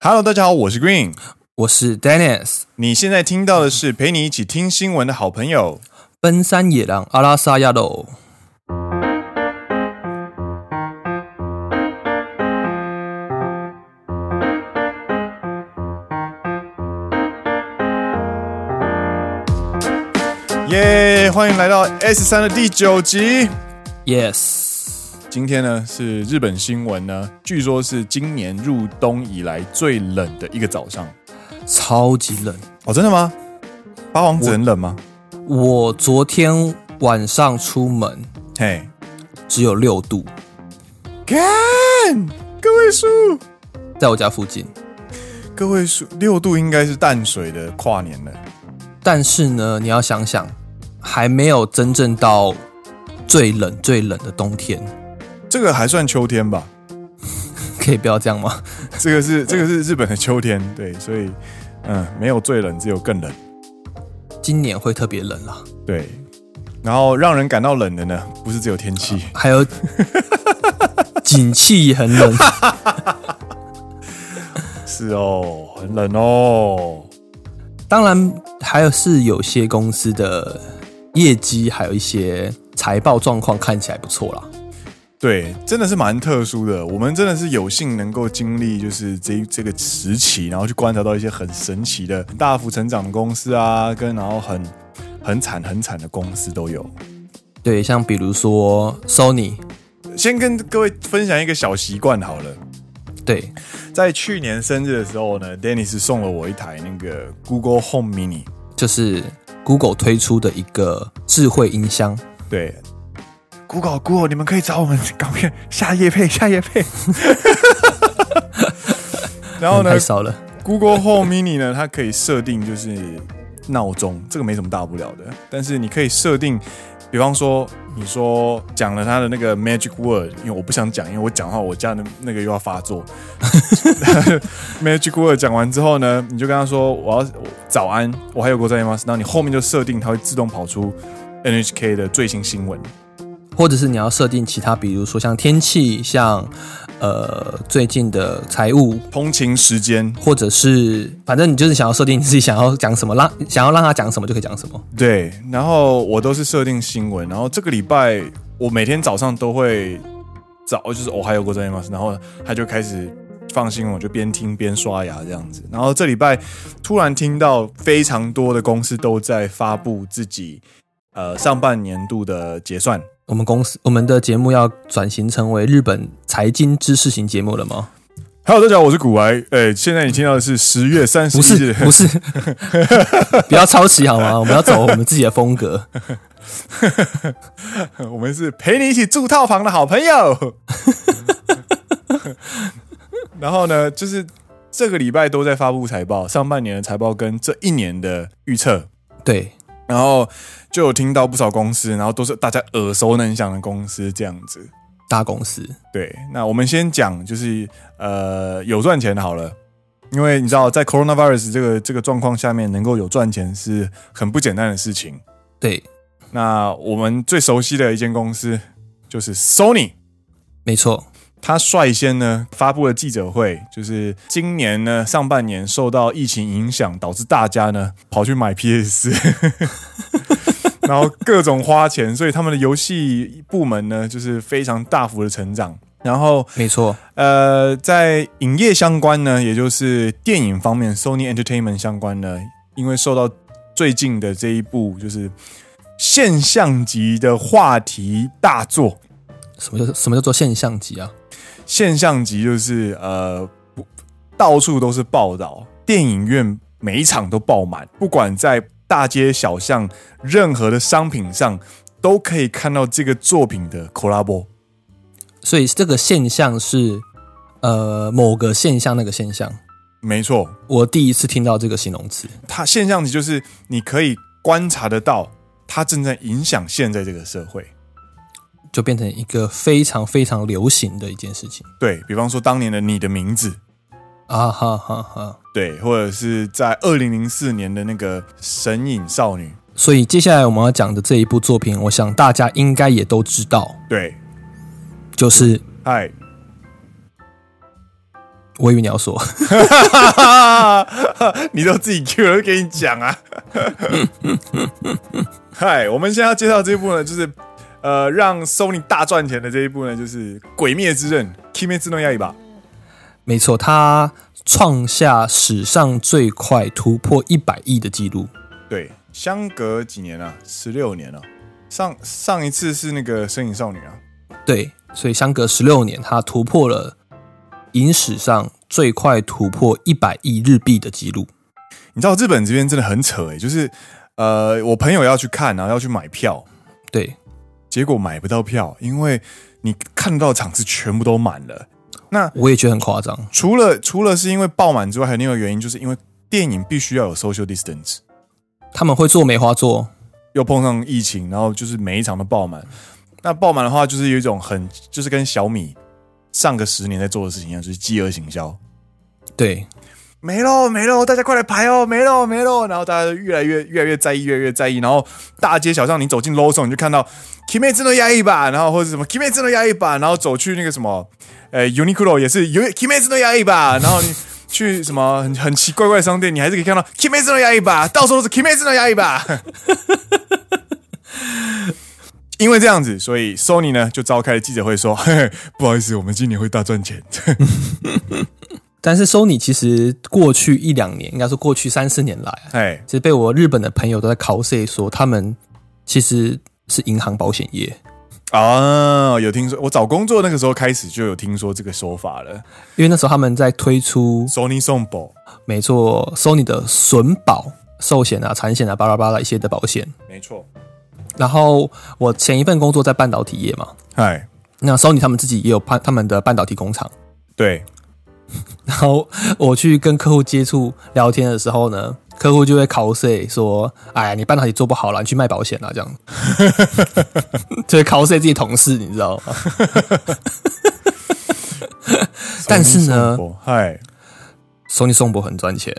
Hello，大家好，我是 Green。我是 Dennis，你现在听到的是陪你一起听新闻的好朋友。奔山野狼阿拉萨亚喽。耶、欢迎来到 S 三的第九集。 Yes，今天呢是日本新闻呢，据说是今年入冬以来最冷的一个早上。超级冷。哦，真的吗？八王子很冷吗？我昨天晚上出门嘿，只有六度，看个位数，在我家附近。个位数六度应该是淡水的跨年了。但是呢，你要想想，还没有真正到最冷最冷的冬天， 这个还算秋天吧？可以不要这样吗？这个是这个是日本的秋天，对，所以嗯，没有最冷，只有更冷。今年会特别冷啦，对，然后让人感到冷的呢，不是只有天气，还有 景气也很冷。是哦，很冷哦。当然，还有是有些公司的业绩还有一些财报状况看起来不错啦。对，真的是蛮特殊的。我们真的是有幸能够经历，就是这这个时期，然后去观察到一些很神奇的大幅成长的公司啊，跟然后很很惨很惨的公司都有。对，像比如说 Sony，先跟各位分享一个小习惯好了。对，在去年生日的时候呢，Dennis 送了我一台那个 Google Home Mini，就是 Google 推出的一个智慧音箱，对，Google Google，你们可以找我们搞片下夜配下夜配。然后嗯呢太少了。 ，Google Home Mini 呢，它可以设定就是闹钟，这个没什么大不了的。但是你可以设定，比方说你说讲了它的那个 Magic Word，因为我不想讲，因为我讲的话我家的那个又要发作。Magic Word 讲完之后呢，你就跟他说我要我早安，我还有国在吗？然后你后面就设定它会自动跑出 NHK 的最新新闻。或者是你要设定其他，比如说像天气，像呃最近的财务，通勤时间，或者是反正你就是想要设定你自己想要讲什么，让想要让他讲什么就可以讲什么。对，然后我都是设定新闻，然后这个礼拜我每天早上都会早就是哦还有国在吗？然后他就开始放新闻，我就边听边刷牙这样子。然后这礼拜突然听到非常多的公司都在发布自己呃上半年度的结算，我们公司我们的节目要转型成为日本财经知识型节目了吗？ Hello，大家好，我是古癌。哎、现在你听到的是十月三十不是 日，不是，不要抄袭好吗？我们要走我们自己的风格。我们是陪你一起住套房的好朋友。 然后呢，就是这个礼拜都在发布财报，上半年的财报跟这一年的预测。对，然后就有听到不少公司，然后都是大家耳熟能详的公司这样子。大公司对，那我们先讲就是呃有赚钱的好了，因为你知道在 coronavirus 这个这个状况下面，能够有赚钱是很不简单的事情。对，那我们最熟悉的一间公司就是 Sony，没错，它率先呢发布了记者会，就是今年呢上半年受到疫情影响，导致大家呢 跑去买 PS 然后各种花钱，所以他们的游戏部门呢就是非常大幅的成长。然后没错，呃，在影业相关呢，也就是电影方面，Sony Entertainment 相关呢，因为受到最近的这一部就是现象级的话题大作，什么叫什么叫做现象级啊？现象级就是呃，不到处都是报道，电影院每一场都爆满，不管在大街小巷，任何的商品上都可以看到这个作品的 collabo。所以这个现象是呃某个现象那个现象。没错，我第一次听到这个形容词，它现象级就是你可以观察得到，它正在影响现在这个社会。就变成一个非常非常流行的一件事情对比方说当年的你的名字，啊哈哈哈。对，或者是在二零零四年的那个《神隐少女》，所以接下来我们要讲的这一部作品，我想大家应该也都知道，对，就是嗨，我以为你要说， 你都自己 Q 了，给你讲啊。 嗨，我们现在要介绍这一部呢，就是呃，让 Sony 大赚钱的这一部呢，就是《鬼灭之刃》（Kimetsu no Yaiba）。 没错，他创下史上最快突破一百亿的记录。对，相隔几年啊，十六年了、上上一次是那个《身影少女》啊，对，所以相隔十六年，他突破了影史上最快突破一百亿日币的记录。你知道日本这边真的很扯诶、就是呃，我朋友要去看，然后要去买票，对，结果买不到票，因为你看到的场次全部都满了。我也觉得很夸张。除了除了是因为爆满之外，还有另外一个原因，就是因为电影必须要有 social distance。他们会做梅花座，又碰上疫情，然后就是每一场都爆满。那爆满的话，就是有一种很就是跟小米上个十年在做的事情一样，就是饥饿行销，对，没喽没喽，大家快来排哦，没喽没喽。然后大家越来越越来越在意，越来越在意。然后大街小巷，你走进 l o s o 你就看到 Kimi 真的压一把，然后或者什么 Kimi 真的压一把，然后走去那个什么呃 Uniqlo 也是 Kimi 真的压一把，然后你。去什么很很奇怪怪的商店，你还是可以看到 Kimi 真的压一把，到处都是 Kimi 真的压一把。 因为这样子，所以 Sony 呢就召开了记者会说， 嘿嘿不好意思，我们今年会大赚钱。 但是 Sony 其实过去一两年，应该说过去三四年来啊，哎，其实被我日本的朋友都在 cos 说，他们其实是银行保险业，啊，有听说，我找工作那个时候开始就有听说这个说法了。因为那时候他们在推出， Sony 送保，没错，Sony 的损保寿险啊、产险啊、巴拉巴拉一些的保险。没错。然后我前一份工作在半导体业嘛，哎，那 Sony 他们自己也有半他们的半导体工厂。 对，然后我去跟客户接触聊天的时候呢，客户就会 cos 说：“哎呀，你半导体做不好了，你去卖保险啦。”这样， 就是 cos 自己同事，你知道吗？但是呢 Sony 送保，嗨， ，Sony 宋博很赚钱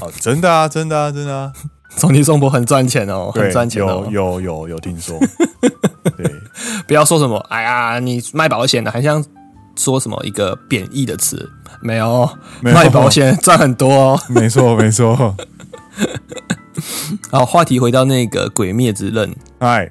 哦，真的啊，真的啊，真的啊， ，Sony 宋博很赚钱哦，很对赚钱哦有。有有有听 说，对，不要说什么“哎呀，你卖保险的”，还像说什么一个贬义的词，没有，没有卖保险赚很多哦。 没错没错，然后话题回到那个《鬼灭之刃》，哎，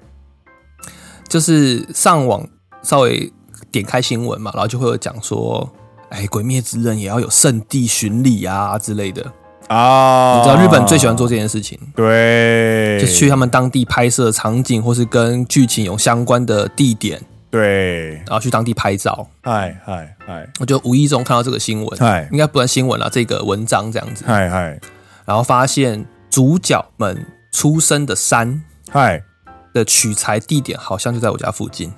就是上网稍微点开新闻嘛，然后就会有讲说，哎，《鬼灭之刃》也要有圣地巡礼啊之类的。啊，你知道日本最喜欢做这件事情，对，就去他们当地拍摄场景，或是跟剧情有相关的地点，对，然后去当地拍照。嗨嗨嗨我就无意中看到这个新闻，嗨应该不算新闻啦，这个文章这样子，嗨嗨然后发现主角们出生的山嗨，的取材地点好像就在我家附近。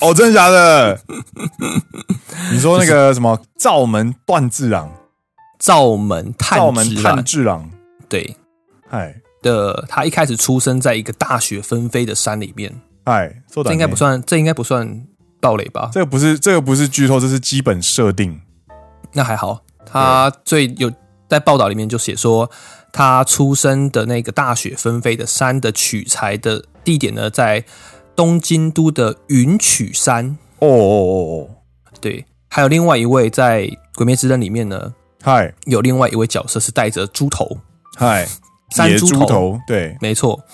哦，真的假 的？你说那个什么灶门段治郎，灶门探灶门知啦炭治郎，哎对嗨的，他一开始出生在一个大雪纷飞的山里面，嗨，这这应该不算，这应该不算暴雷吧？这个不是这个不是剧透，这是基本设定。那还好，他最有在报道里面就写说，他出生的那个大雪纷飞的山的取材的地点呢，在东京都的云取山。哦哦哦哦，对，还有另外一位在《鬼灭之刃》里面呢，嗨有另外一位角色是带着猪头，嗨，山野猪猪头头，对，没错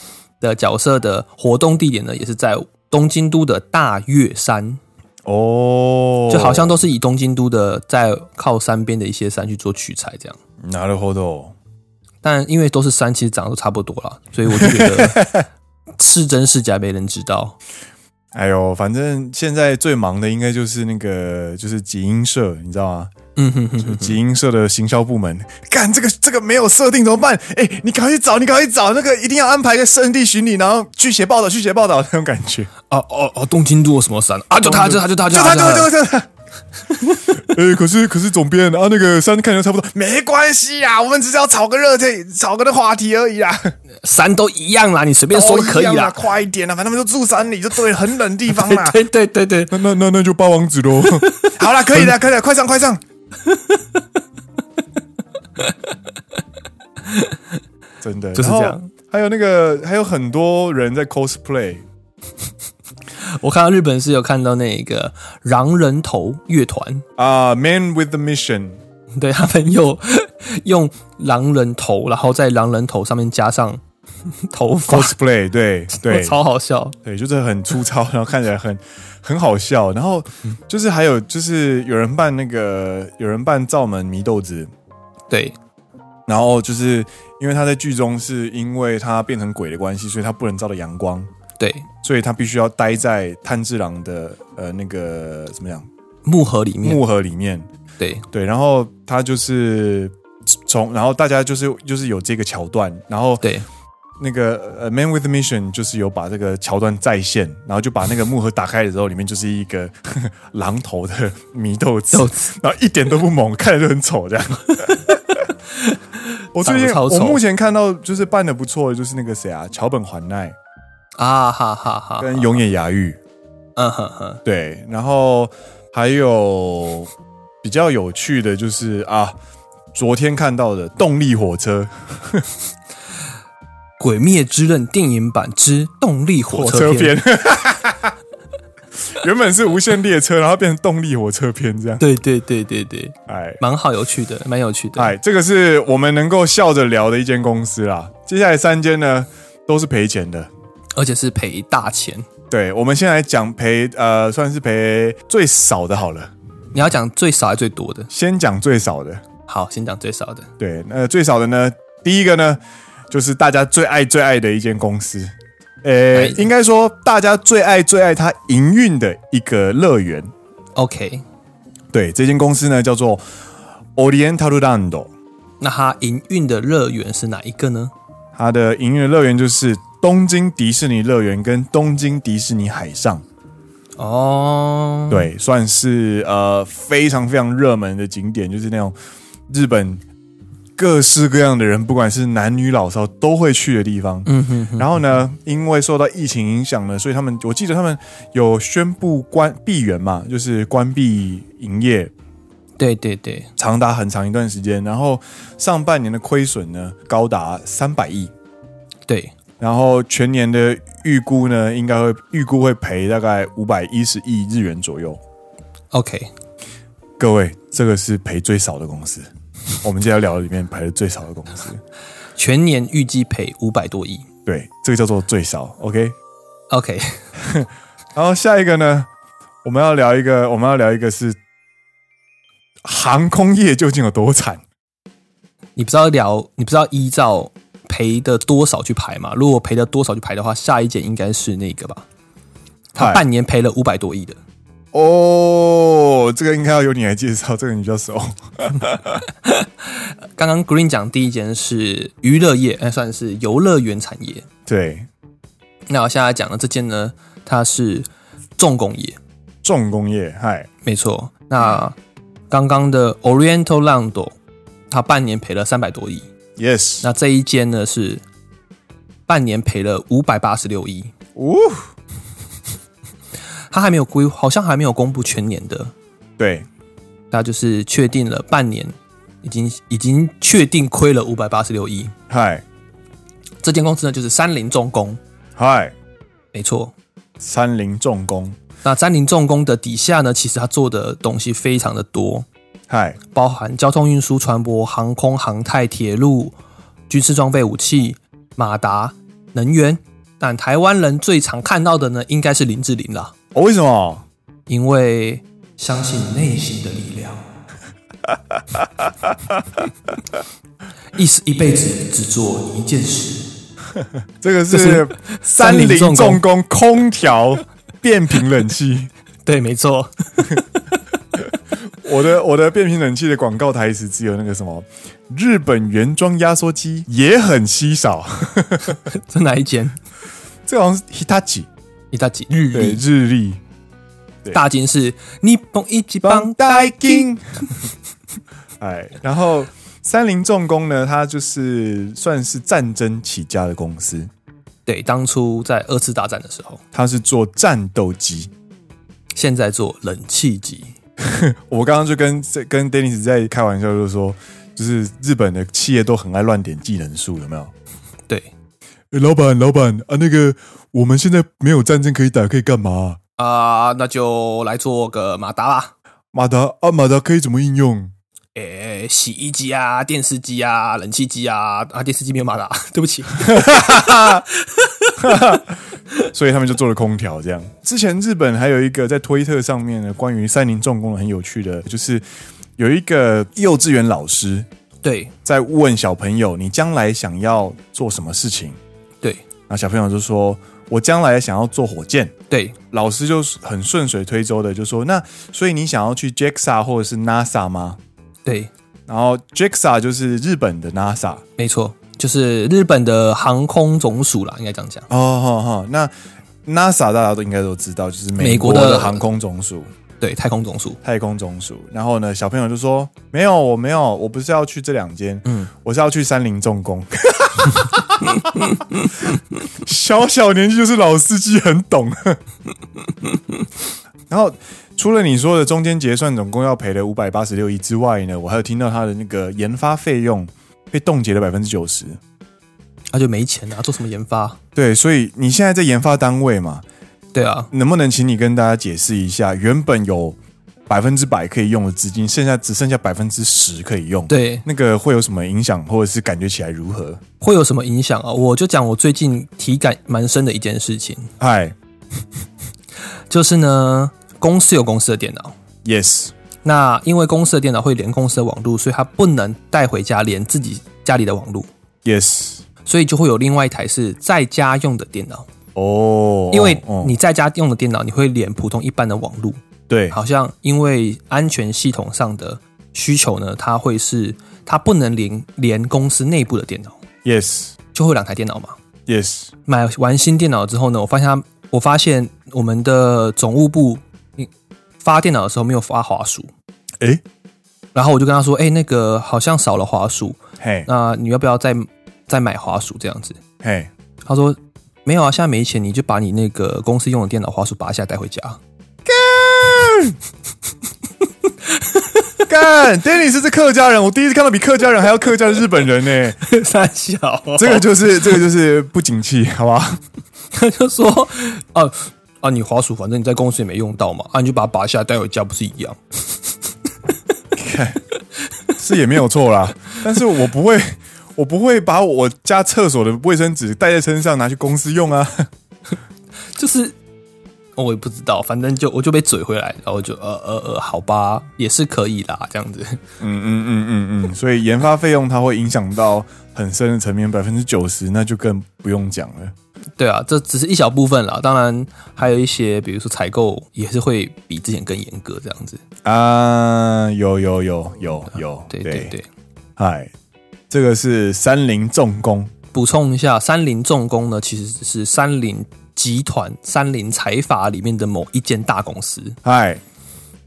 的角色的活动地点呢，也是在东京都的大月山。哦，就好像都是以东京都的在靠山边的一些山去做取材这样。拿了后头，但因为都是山，其实长得都差不多啦，所以我就觉得 是真是假没人知道。哎呦，反正现在最忙的应该就是那个就是集英社，你知道吗？嗯哼哼哼，集英社的行销部门，干这个这个没有设定怎么办？哎、你赶快去找，你赶快去找，那个一定要安排个圣地巡礼，然后去写报道，去写报道那种感觉。哦哦哦，东京都有什么山啊？就它，就它，就它，就他，就他，就他，就 他。呃，可是可是总编啊，那个山看起来差不多，没关系啦，我们只是要炒个热天，炒个那话题而已啦。啊山都一样啦，你随便说都哦可以都一样啦，啊啦。快一点啦，反正他们就住山里，就对了，很冷地方啦。 对对对对，那那那那就八王子喽。好 啦，可以了，可以了，快上快上。真的就是这。样然后还有那个，还有很多人在 cosplay，我看到日本是有看到那个狼人头乐团，啊、m a n with the Mission，对他们又 用狼人头，然后在狼人头上面加上头发， cosplay，对对超好笑。对，就是很粗糙，然后看起来很很好笑，然后就是还有就是有人扮那个有人扮灶门祢豆子，对然后就是因为他在剧中是因为他变成鬼的关系，所以他不能照到阳光，对，所以他必须要待在炭治郎的呃那个怎么讲木盒里面，木盒里面，对对，然后他就是从然后大家就是就是有这个桥段，然后对那个呃《Man with a Mission》就是有把这个桥段再现，然后就把那个木盒打开的时候，里面就是一个 呵呵狼头的祢豆子，豆子然后一点都不萌，看着就很丑这 样。我最长近得超我丑目前看到就是扮的不错的就是那个谁啊，桥本环奈啊哈哈哈，跟永野芽郁，嗯哼哼，对，然后还有比较有趣的就是啊，昨天看到的动力火车《鬼灭之刃》电影版之动力火火车车篇， 原本是无限列车，然后变成动力火车篇这样。对对对对对，哎蛮好有趣的，蛮有趣的。哎，这个是我们能够笑着聊的一间公司啦。接下来三间呢都是赔钱的。而且是赔大钱。对，我们先来讲赔，呃，算是赔最少的好了。你要讲最少还是最多的？先讲最少的，好，先讲最少的。对，那最少的呢，第一个呢，就是大家最爱最爱的一间公司，呃，哎应该说大家最爱最爱它营运的一个乐园。 OK，对，这间公司呢叫做 Oriental Land，那它营运的乐园是哪一个呢？它的营运的乐园就是东京迪士尼乐园跟东京迪士尼海上。哦，对，算是呃非常非常热门的景点，就是那种日本各式各样的人，不管是男女老少都会去的地方。嗯哼哼，然后呢，因为受到疫情影响呢，所以他们我记得他们有宣布关闭园嘛，就是关闭营业对对对，长达很长一段时间。然后上半年的亏损呢高达三百亿，对，然后全年的预估呢应该会预估会赔大概五百一十亿日元左右。 OK，各位，这个是赔最少的公司。 我们今天要聊的里面赔的最少的公司，全年预计赔五百多亿。对，这个叫做最少。OK， OK，然后下一个呢，我们要聊一个，我们要聊一个是航空业究竟有多惨？你不知道聊，你不知道依照赔的多少去排嘛？如果赔的多少去排的话，下一件应该是那个吧？他嗨啊半年赔了五百多亿的，哦，这个应该要由你来介绍，这个你比较熟。刚刚 Green 讲第一间是娱乐业，哎，算是游乐园产业。对，那我现在讲的这间呢，它是重工业，重工业，嗨，没错。那刚刚的 Oriental Land，它半年赔了三百多亿， ，yes，那这一间呢是半年赔了五百八十六亿，呜，它还没有规，好像还没有公布全年的，对，那就是确定了半年已经已经确定亏了五百八十六亿。嗨，这间公司呢就是三菱重工，嗨，没错。三菱重工，那三菱重工的底下呢，其实它做的东西非常的多，嗨，包含交通运输、船舶、航空、航太、铁路、军事装备、武器、马达、能源。但台湾人最常看到的呢，应该是林志玲啦，哦，为什么？因为相信内心的力量， 一生一辈子只做一件事。这个是这是三菱三菱重重工空调 变频冷气。对，没错， 我的我的变频冷气的广告台词只有那个什么，日本原装压缩机也很稀少，这哪一间？这好像是 Hitachi 一大吉日对历，日立大金是你捧一级棒邦，代金。 哎，然后三菱重工呢，它就是算是战争起家的公司，对，当初在二次大战的时候，它是做战斗机。现在做冷气机。我刚刚就跟在跟 Dennis 在开玩笑，就是说，就是日本的企业都很爱乱点技能树，有没有？对哎老板，老板啊，那个我们现在没有战争可以打，可以干嘛、啊、那就来做个马达吧。马达啊，马达可以怎么应用？诶、洗衣机啊、电视机啊、冷气机啊啊，电视机没有马达， 对不起，所以他们就做了空调这样。之前日本还有一个在推特上面呢，关于三菱重工的很有趣的，就是有一个幼稚园老师对在问小朋友：“你将来想要做什么事情对？”然后小朋友就说：“我将来想要做火箭。对”老师就很顺水推舟的就说：“那所以你想要去 JAXA 或者是 NASA 吗对，？”然后 JAXA 就是日本的 NASA 没错，就是日本的航空总署啦，应该这样讲。哦哦哦，那 NASA 大家都应该都知道，就是美美国国的的航空总署。对，太空总署，太空总署。然后呢，小朋友就说：“没有，我没有，我不是要去这两间，嗯，我是要去三菱重工。” 小小年纪就是老司机，很懂。 然后除了你说的中间结算总共要赔了五百八十六亿之外呢，我还有听到他的那个研发费用被冻结了百分之九十。那、就没钱啊，做什么研发？对，所以你现在在研发单位嘛，对啊，能不能请你跟大家解释一下，原本有百分之百可以用的资金，剩下只剩下百分之十可以用，，对，那个会有什么影响，或者是感觉起来如何？会有什么影响啊？我就讲我最近体感蛮深的一件事情，嗨就是呢，公司有公司的电脑， ，yes，那因为公司的电脑会连公司的网络，所以它不能带回家连自己家里的网络， yes，所以就会有另外一台是在家用的电脑。哦，因为哦你在家用的电脑，你会连普通一般的网络，对，好像因为安全系统上的需求呢，它会是它不能连连公司内部的电脑， ，yes，yes，就会有两台电脑嘛。买完新电脑之后呢，我发现它，我发现我们的总务部嗯发电脑的时候没有发滑鼠，诶然后我就跟他说，哎、那个好像少了滑鼠，嘿，那你要不要再再买滑鼠这样子？嘿，他说没有啊，现在没钱，你就把你那个公司用的电脑滑鼠拔下来带回家。 干，Danny 是这客家人，我第一次看到比客家人还要客家的日本人呢，三小、啊这个就是这个就是不景气，好吧？他就说，哦、啊、啊，你滑鼠反正你在公司也没用到嘛，啊，你就把它拔下来带回家，不是一样？是也没有错啦，但是我不会，我不会把我家厕所的卫生纸带在身上拿去公司用啊。就是哦我也不知道，反正就我就被嘴回来，然后我就呃呃呃，好吧，也是可以啦，这样子。嗯嗯嗯嗯嗯，所以研发费用它会影响到很深的层面，百分之九十，那就更不用讲了。对啊，这只是一小部分啦，当然还有一些，比如说采购也是会比之前更严格这样子。啊，有有有有有，对对对，嗨，这个是三菱重工，补充一下，三菱重工呢，其实只是三菱集团、三菱财阀里面的某一间大公司。嗨，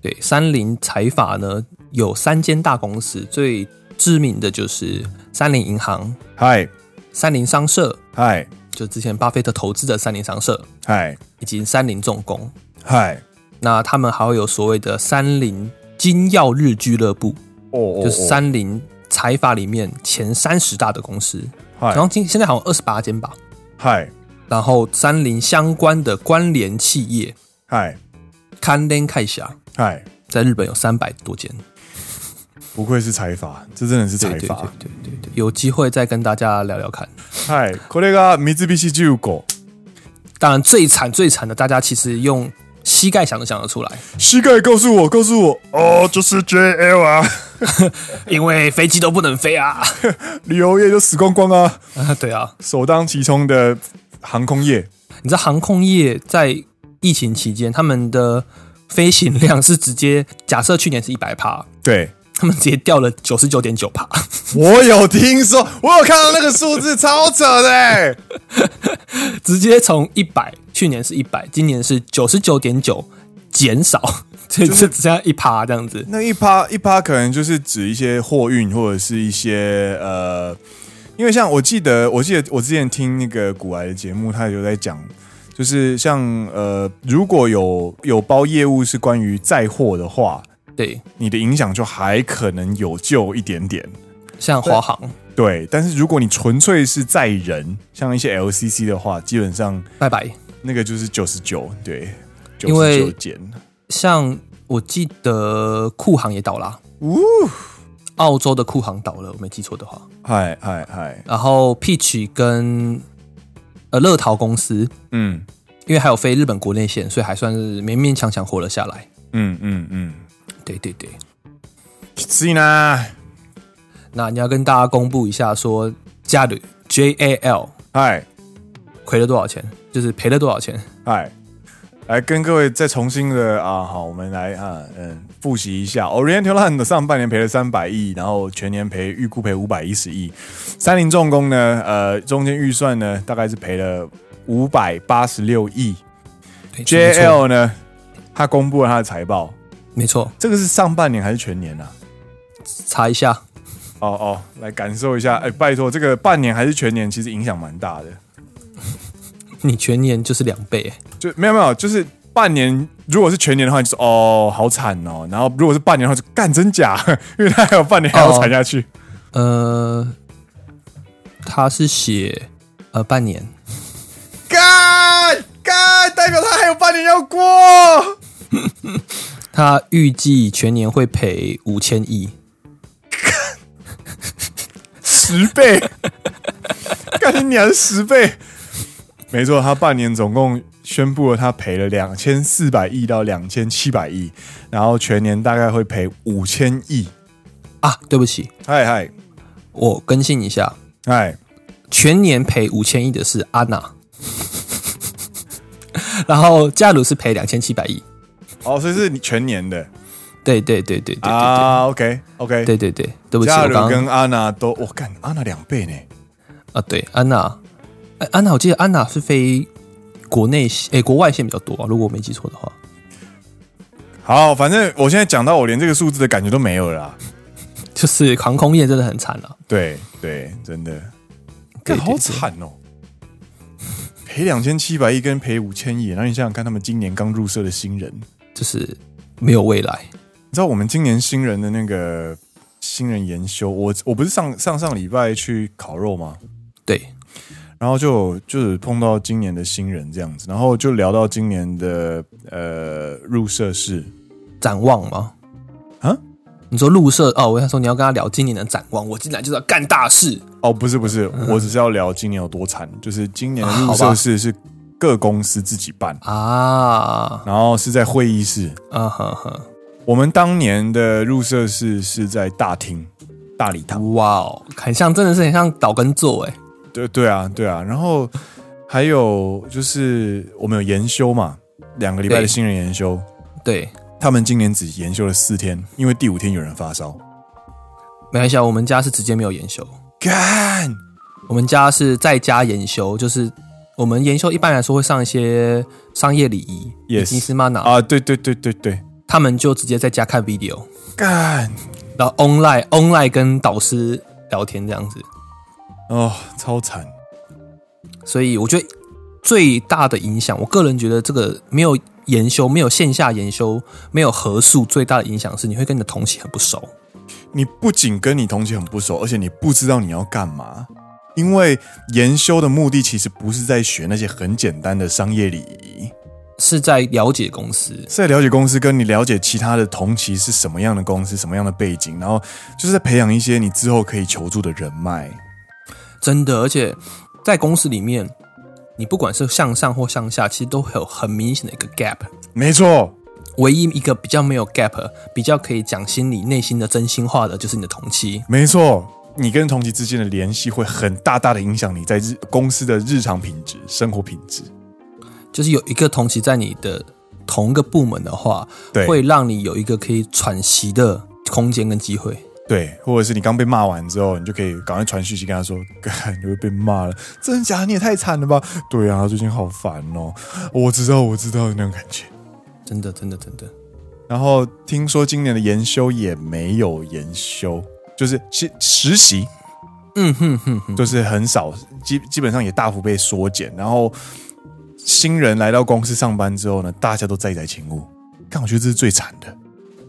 对，三菱财阀呢有三间大公司，最知名的就是三菱银行、嗨，三菱商社，嗨，就之前巴菲特投资的三菱商社，嗨，以及三菱重工。嗨，那他们还会有所谓的三菱金耀日俱乐部，哦就是，三菱财阀里面前三十大的公司，嗨然后今现在好像二十八间吧。嗨，然后三菱相关的关联企业，嗨，康登开霞，嗨，在日本有三百多间。不愧是财阀，这真的是财对对对阀。对对对，有机会再跟大家聊聊看。嗨，これが三菱重工。当然，最惨最惨的，大家其实用膝盖想都想得出来，膝盖告诉我，告诉我，哦，就是 JL 啊，因为飞机都不能飞啊。 旅游业就死光光啊，啊 对啊，首当其冲的航空业。你知道航空业在疫情期间，他们的飞行量是直接，假设去年是一百趴，对，他们直接掉了九十九点九趴。 我有听说，我有看到那个数字，超扯的、欸。直接从一百，去年是一百，今年是九十九点九，减少， 这这只剩下一趴这样子。 那一趴一趴可能就是指一些货运或者是一些呃，因为像我记得，我记得我之前听那个古来的节目，他有在讲。就是像呃，如果有有包业务是关于载货的话，对，你的影响就还可能有救一点点。像华航，对，但是如果你纯粹是载人，像一些 LCC 的话，基本上拜拜。那个就是九十九，对，九因十为九减。像我记得库航也倒啦，啊呜，澳洲的库航岛了，我没记错的话。嗨嗨嗨，然后 Peach 跟呃乐桃公司，嗯因为还有飞日本国内线，所以还算是勉勉强强活了下来。嗯嗯嗯，对对对，所以呢，那你要跟大家公布一下说，加旅 J A L 嗨亏了多少钱，就是赔了多少钱。嗨，来跟各位再重新的啊，好，我们来啊，嗯，复习一下，Oriental Land 的上半年赔了三百亿，然后全年赔预估赔五百一十亿，三菱重工呢，呃，中间预算呢大概是赔了五百八十六亿哎，JL 呢，他公布了他的财报，没错，这个是上半年还是全年啊？查一下。哦哦，来感受一下，哎，拜托，这个半年还是全年，其实影响蛮大的。你全年就是两倍耶，就没有没有，就是半年，如果是全年的话，就是哦好惨哦。然后如果是半年的话，就干真假， 因为他还有半年还要惨下去。呃，他是写呃半年，干干，代表他还有半年要过。他预计全年会赔五千亿，十倍， 干你娘是十倍！没错，他半年总共宣布了，他赔了两千四百亿到两千七百亿，然后全年大概会赔五千亿。啊，对不起，嗨嗨我更新一下，嗨，全年赔五千亿的是安娜，然后加鲁是赔两千七百亿。哦，所以是你全年的对对对对对对啊？OK OK，对对对对，对不起，加我鲁刚刚跟安娜都，我干安娜两倍呢。啊，对安娜，哎安娜，我记得安娜是飞国内线，哎，国外线比较多啊，如果我没记错的话。好，反正我现在讲到我连这个数字的感觉都没有了啦。就是航空业真的很惨了、对对，真的，对干对好对惨哦， 赔两千七百亿跟赔五千亿，然后你想想看，他们今年刚入社的新人，你就是没有未来。知道我们今年新人的那个新人研修，我我不是上上上礼拜去烤肉吗？对，然后就就是碰到今年的新人这样子，然后就聊到今年的呃入社式，展望吗？啊？你说入社哦，我想说你要跟他聊今年的展望，我进来就是要干大事。哦，不是不是，我只是要聊今年有多惨，就是今年的啊入好吧社式是各公司自己办，啊，然后是在会议室。啊哈哈，我们当年的入社式是在大厅、大礼堂。哇哦，很像，真的是很像倒跟坐哎，对对啊，对啊。然后还有就是我们有研修嘛，两个礼拜对的新人研修，对，他们今年只研修了四天，因为第五天有人发烧。没关系啊，我们家是直接没有研修，干，我们家是在家研修，就是我们研修一般来说会上一些商业礼仪 Yes 尼斯玛娜，啊，对对对对对，他们就直接在家看 video，干然后 online online 跟导师聊天这样子，哦，超惨。所以我觉得最大的影响，我个人觉得这个没有研修、没有线下研修、没有合宿，最大的影响是你会跟你的同期很不熟。你不仅跟你同学很不熟，而且你不知道你要干嘛，因为研修的目的其实不是在学那些很简单的商业礼仪，是在了解公司，是在了解公司，跟你了解其他的同期是什么样的公司、什么样的背景，然后就是在培养一些你之后可以求助的人脉。真的，而且在公司里面，你不管是向上或向下，其实都会有很明显的一个 gap。没错，唯一一个比较没有 gap，比较可以讲心里内心的真心话的，就是你的同期。没错。你跟同期之间的联系会很大大的影响你在日公司的日常品质、生活品质。就是有一个同期在你的同一个部门的话，对，会让你有一个可以喘息的空间跟机会。对，或者是你刚被骂完之后，你就可以赶快传讯息跟他说：“干，你会被骂了，真的假的？你也太惨了吧！”对啊，最近好烦哦。我知道，我知道那种感觉。真的，真的，真的。然后听说今年的研修也没有研修，就是实实习，嗯哼哼哼，就是很少，基基本上也大幅被缩减。然后新人来到公司上班之后呢，大家都在宅勤务，但我觉得这是最惨的。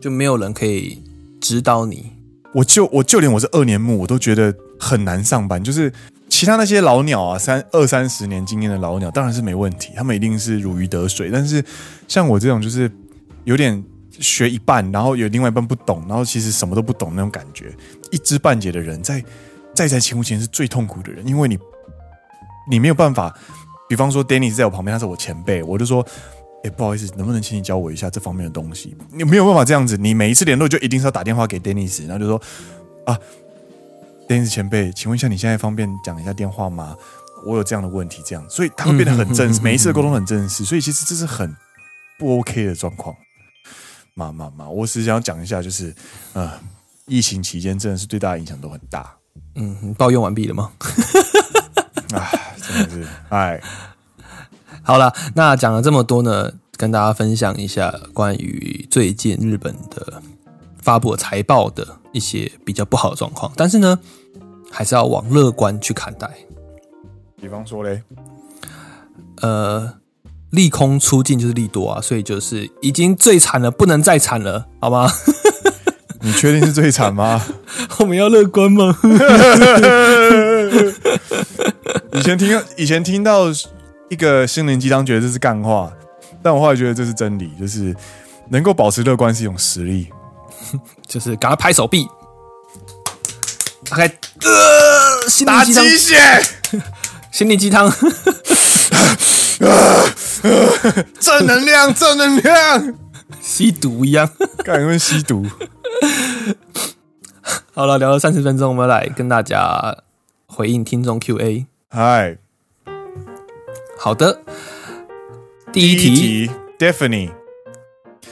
就没有人可以指导你。我就我就连我是二年目，我都觉得很难上班。就是其他那些老鸟啊，三二三十年经验的老鸟，当然是没问题，他们一定是如鱼得水。但是像我这种，就是有点学一半，然后有另外一半不懂，然后其实什么都不懂那种感觉，一知半解的人在在在前屋前是最痛苦的人，因为你你没有办法。比方说，Danny 是在我旁边，他是我前辈，我就说，哎、不好意思，能不能请你教我一下这方面的东西？你没有办法这样子，你每一次联络就一定是要打电话给 Dennis，然后就说啊，Dennis 前辈，请问一下，你现在方便讲一下电话吗？我有这样的问题，这样，所以他会变得很嗯正式，每一次的沟通很正式，所以其实这是很不 OK 的状况。嘛嘛嘛，我只是想讲一下，就是呃，疫情期间真的是对大家影响都很大，嗯，你抱怨完毕了吗？ 唉，真的是， 哎唉，好了，那讲了这么多呢，跟大家分享一下关于最近日本的发布财报的一些比较不好的状况，但是呢，还是要往乐观去看待。比方说嘞，呃，利空出尽就是利多啊，所以就是已经最惨了，不能再惨了，好吗？ 你确定是最惨吗？我们要乐观吗？以前听以前听到一个心灵鸡汤，觉得这是干话，但我后来觉得这是真理，就是能够保持乐观是一种实力。就是赶快拍手臂，打开，呃，心灵鸡汤，血，心灵鸡汤， 正能量，正能 量，吸毒一样。敢问吸毒？好了，聊了三十分钟，我们来跟大家回应听众 Q&A。嗨，好的，第一题，Stephanie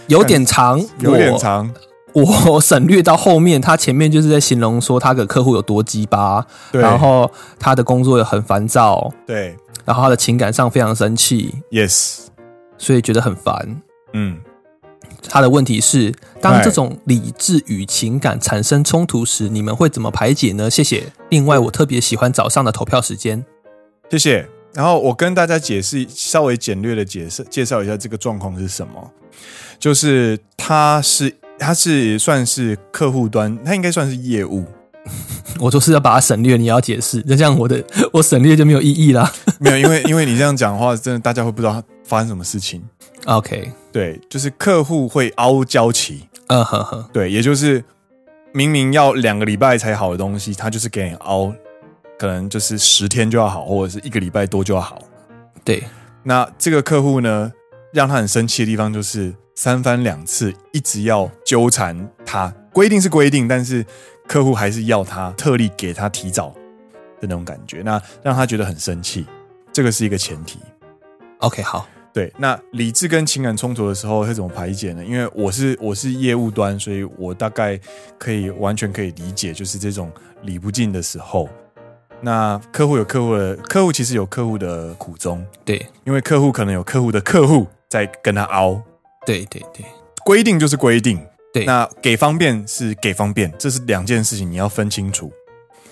有点长，有点长，我，我省略到后面，他前面就是在形容说他的客户有多鸡巴，对然后他的工作也很烦躁，对然后他的情感上非常生气， ，Yes，所以觉得很烦。嗯，他的问题是，当哎这种理智与情感产生冲突时，你们会怎么排解呢？谢谢。另外，我特别喜欢早上的投票时间。 谢谢。然后我跟大家解释，稍微简略的解释介绍一下这个状况是什么，就是他是他是算是客户端，他应该算是业 务，我就是要把它省略，你要解释，那这样我的 我省略就没有意义啦。没有，因为因为你这样讲的话，真的大家会不知道发生什么事情。 OK，对，就是客户会凹交期，嗯呵呵，对，也就是明明要两个礼拜才好的东西，他就是给你凹，可能就是十天就要好，或者是一个礼拜多就要好。对，那这个客户呢，让他很生气的地方就是三番两次一直要纠缠他，规定是规定，但是客户还是要他特例给他提早的那种感觉，那让他觉得很生气，这个是一个前提。 OK，好，对，那理智跟情感冲突的时候会怎么排解呢？因为我是我是业务端，所以我大概可以完全可以理解，就是这种理不尽的时候，那客户有客户的客户，其实有客户的苦衷，对，因为客户可能有客户的客户在跟他凹，对，对，对，规定就是规定，对那给方便是给方便，这是两件事情，你要分清楚。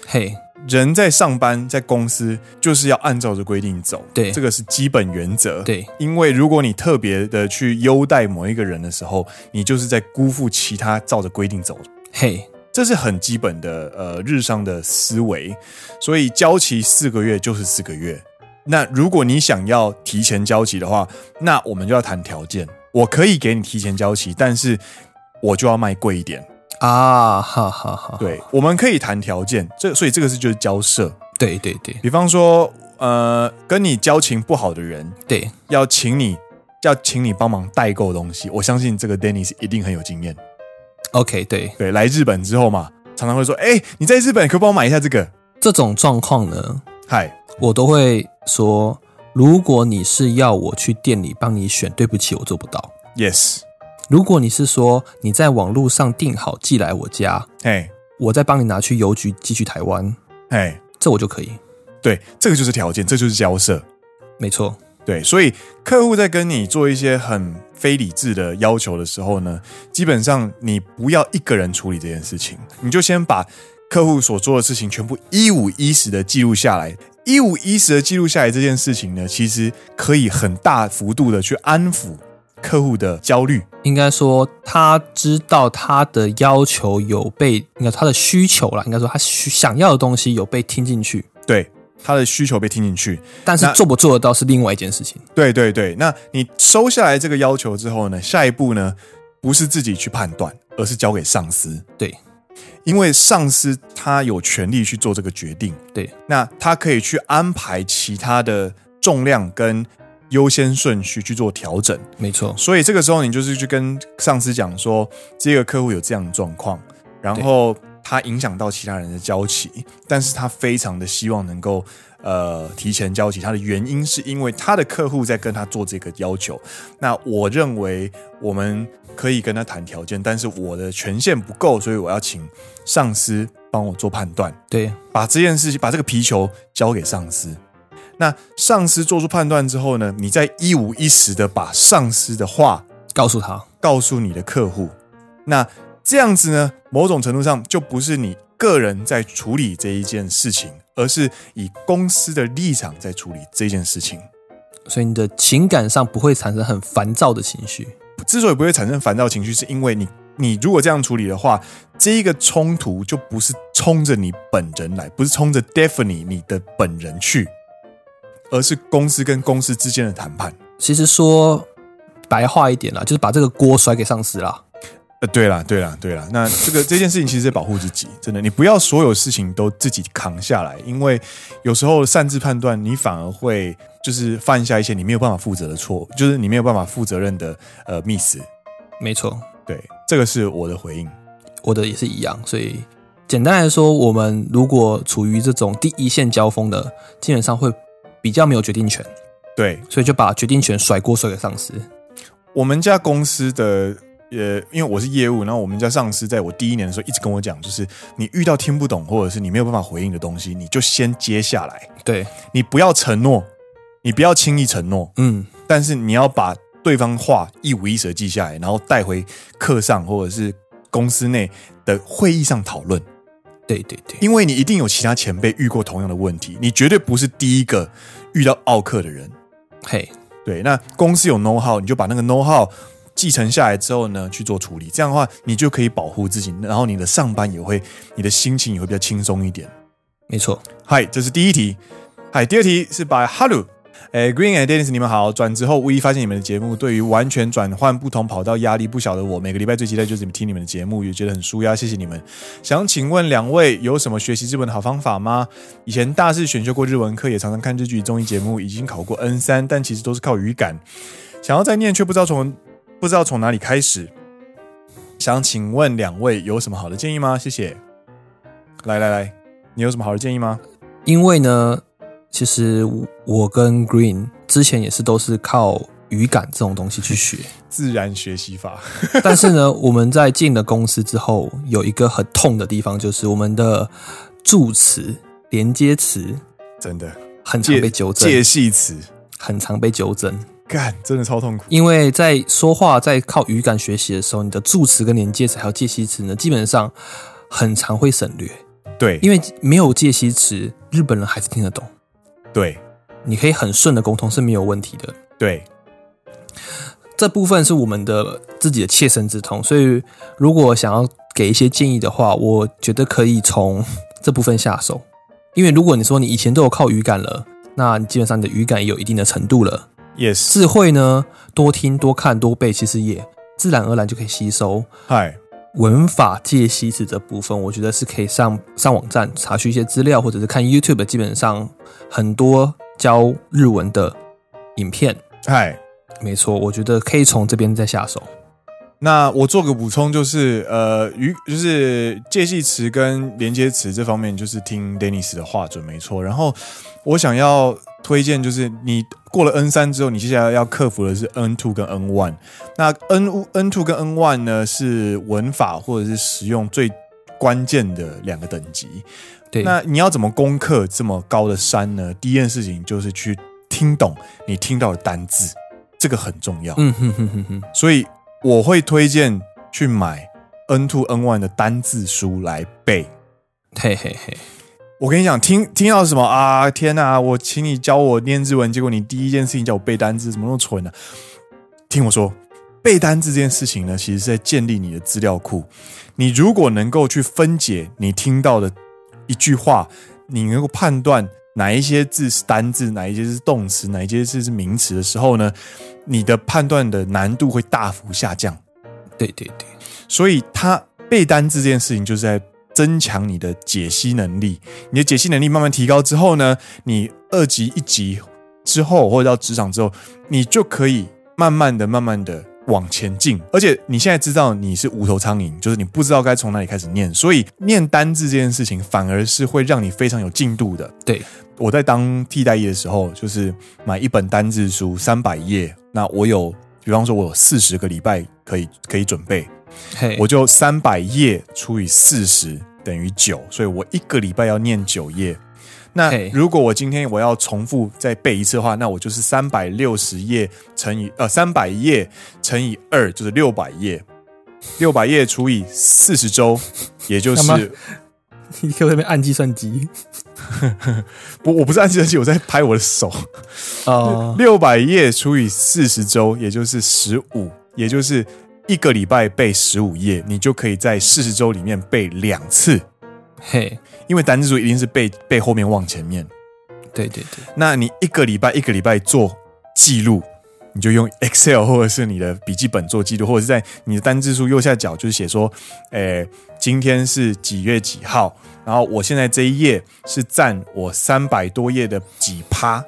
嘿，人在上班，在公司就是要按照着规定走，对这个是基本原则，对，因为如果你特别的去优待某一个人的时候，你就是在辜负其他照着规定走，嘿，这是很基本的呃日商的思维。所以交期四个月就是四个月。那如果你想要提前交期的话，那我们就要谈条件。我可以给你提前交期，但是我就要卖贵一点。啊，哈哈哈，对，我们可以谈条件。这所以这个是就是交涉。对，对，对，比方说，呃，跟你交情不好的人，对，要请你要请你帮忙代购东西，我相信这个 Dennis 一定很有经验。 OK，对，对，来日本之后嘛，常常会说，哎、你在日本可不可以帮我买一下这个？这种状况呢，嗨，我都会说，如果你是要我去店里帮你选，对不起，我做不到。 ，yes，如果你是说你在网络上订好寄来我家，嘿，我再帮你拿去邮局寄去台湾，嘿，这我就可以。对，这个就是条件，这就是交涉。没错，对，所以客户在跟你做一些很非理智的要求的时候呢，基本上你不要一个人处理这件事情，你就先把客户所做的事情全部一五一十的记录下来。一五一十的记录下来这件事情呢，其实可以很大幅度的去安抚客户的焦虑。应该说他知道他的要求有被，应该他的需求啦，应该说他需想要的东西有被听进去，对他的需求被听进去。但是那做不做得到是另外一件事情。对对对，那你收下来这个要求之后呢，下一步呢，不是自己去判断，而是交给上司。对，因为上司他有权利去做这个决定，对，那他可以去安排其他的重量跟优先顺序去做调整。没错，所以这个时候你就是去跟上司讲说，这个客户有这样的状况，然后他影响到其他人的交期，但是他非常的希望能够呃提前交期，他的原因是因为他的客户在跟他做这个要求。那我认为我们可以跟他谈条件，但是我的权限不够，所以我要请上司帮我做判断。对，把这件事情，把这个皮球交给上司。那上司做出判断之后呢，你再一五一十的把上司的话告诉他，告诉你的客户。那这样子呢，某种程度上就不是你个人在处理这一件事情，而是以公司的立场在处理这件事情。所以你的情感上不会产生很烦躁的情绪。之所以不会产生烦躁情绪，是因为你你如果这样处理的话，这一个冲突就不是冲着你本人来，不是冲着 Daphne 你的本人去，而是公司跟公司之间的谈判。其实说白话一点啦，就是把这个锅甩给上司啦。呃，对啦，对啦，对啦，那这个这件事情其实是保护自己，真的，你不要所有事情都自己扛下来，因为有时候擅自判断，你反而会就是犯下一些你没有办法负责的错误，就是你没有办法负责任的呃 miss。没错，对，这个是我的回应。我的也是一样。所以简单来说，我们如果处于这种第一线交锋的，基本上会比较没有决定权，对，所以就把决定权甩锅甩给上司。我们家公司的呃，因为我是业务，然后我们家上司在我第一年的时候一直跟我讲，就是你遇到听不懂或者是你没有办法回应的东西，你就先接下来，对，你不要承诺，你不要轻易承诺，嗯，但是你要把对方话一五一十地记下来，然后带回课上或者是公司内的会议上讨论，对对对，因为你一定有其他前辈遇过同样的问题，你绝对不是第一个遇到奥克的人。嘿，对，那公司有 know how，你就把那个 know how 继承下来之后呢，去做处理。这样的话，你就可以保护自己，然后你的上班也会，你的心情也会比较轻松一点。没错，嗨，这是第一题。嗨，第二题是 by Haru。哎，Green and Dennis，你们好！转职后，无意发现你们的节目对于完全转换不同跑道压力不小的我，每个礼拜最期待就是你们听你们的节目，也觉得很舒压。谢谢你们！想请问两位有什么学习日文的好方法吗？以前大四选修过日文课，也常常看日剧、综艺节目，已经考过 N 三，但其实都是靠语感。想要再念，却不知道从不知道从哪里开始。想请问两位有什么好的建议吗？谢谢。来来来，你有什么好的建议吗？因为呢，其实我跟 Green 之前也是都是靠语感这种东西去学，自然学习法。但是呢，我们在进了公司之后，有一个很痛的地方，就是我们的助词、连接词 真的很常介被纠介正，系词，很常被纠正。干真的超痛苦。因为在说话、在靠语感学习的时候，你的助词跟连接词还有介系词呢，基本上很常会省略，对，因为没有介系词，日本人还是听得懂，对你可以很顺的沟通是没有问题的。对这部分是我们的自己的切身之痛，所以如果想要给一些建议的话，我觉得可以从这部分下手，因为如果你说你以前都有靠语感了，那你基本上你的语感也有一定的程度了，也是。智慧呢，多听、多看、多背，其实也自然而然就可以吸收。嗨，文法介系词的部分，我觉得是可以上上网站查询一些资料，或者是看 YouTube，基本上很多教日文的影片。嗨，没错，我觉得可以从这边再下手。那我做个补充，就是呃，语就是介系词跟连接词这方面，就是听 Dennis 的话准没错。然后我想要推荐，就是你过了 N 三之后，你接下来要克服的是 N two 跟 N one。那 N N two 跟 N one 呢，是文法或者是实用最关键的两个等级。对，那你要怎么攻克这么高的山呢？第一件事情就是去听懂你听到的单字，这个很重要。嗯哼哼哼哼，所以我会推荐去买 N two N one 的单字书来背。嘿嘿嘿，我跟你讲，听听到什么啊？天哪、我请你教我念日文，结果你第一件事情叫我背单字，怎么那么蠢呢、听我说，背单字这件事情呢，其实是在建立你的资料库。你如果能够去分解你听到的一句话，你能够判断哪一些字是单字，哪一些是动词，哪一些字是名词的时候呢，你的判断的难度会大幅下降。对对对，所以它背单字这件事情就是在增强你的解析能力。你的解析能力慢慢提高之后呢，你二级、一级之后，或者到职场之后，你就可以慢慢的、慢慢的往前进。而且你现在知道你是无头苍蝇，就是你不知道该从哪里开始念，所以念单字这件事情反而是会让你非常有进度的。对，我在当替代役的时候，就是买一本单字书三百页，那我有，比方说我有四十个礼拜可以可以准备，嘿，我就三百页除以四十等于九，所以我一个礼拜要念九页。那嘿如果我今天我要重复再背一次的话，那我就是三百六十页乘以呃三百页乘以二就是六百页，六百页除以四十周，也就干嘛是你可不可以被按计算机？我我不是按计算器，我在拍我的手。哦、 六百页除以四十周，也就是十五，也就是一个礼拜背十五页，你就可以在四十周里面背两次，嘿，因为单字书一定是背背后面往前面。对对对，那你一个礼拜一个礼拜做记录，你就用 Excel 或者是你的笔记本做记录，或者是在你的单字书右下角就是写说，诶、今天是几月几号，然后我现在这一页是占我三百多页的几趴，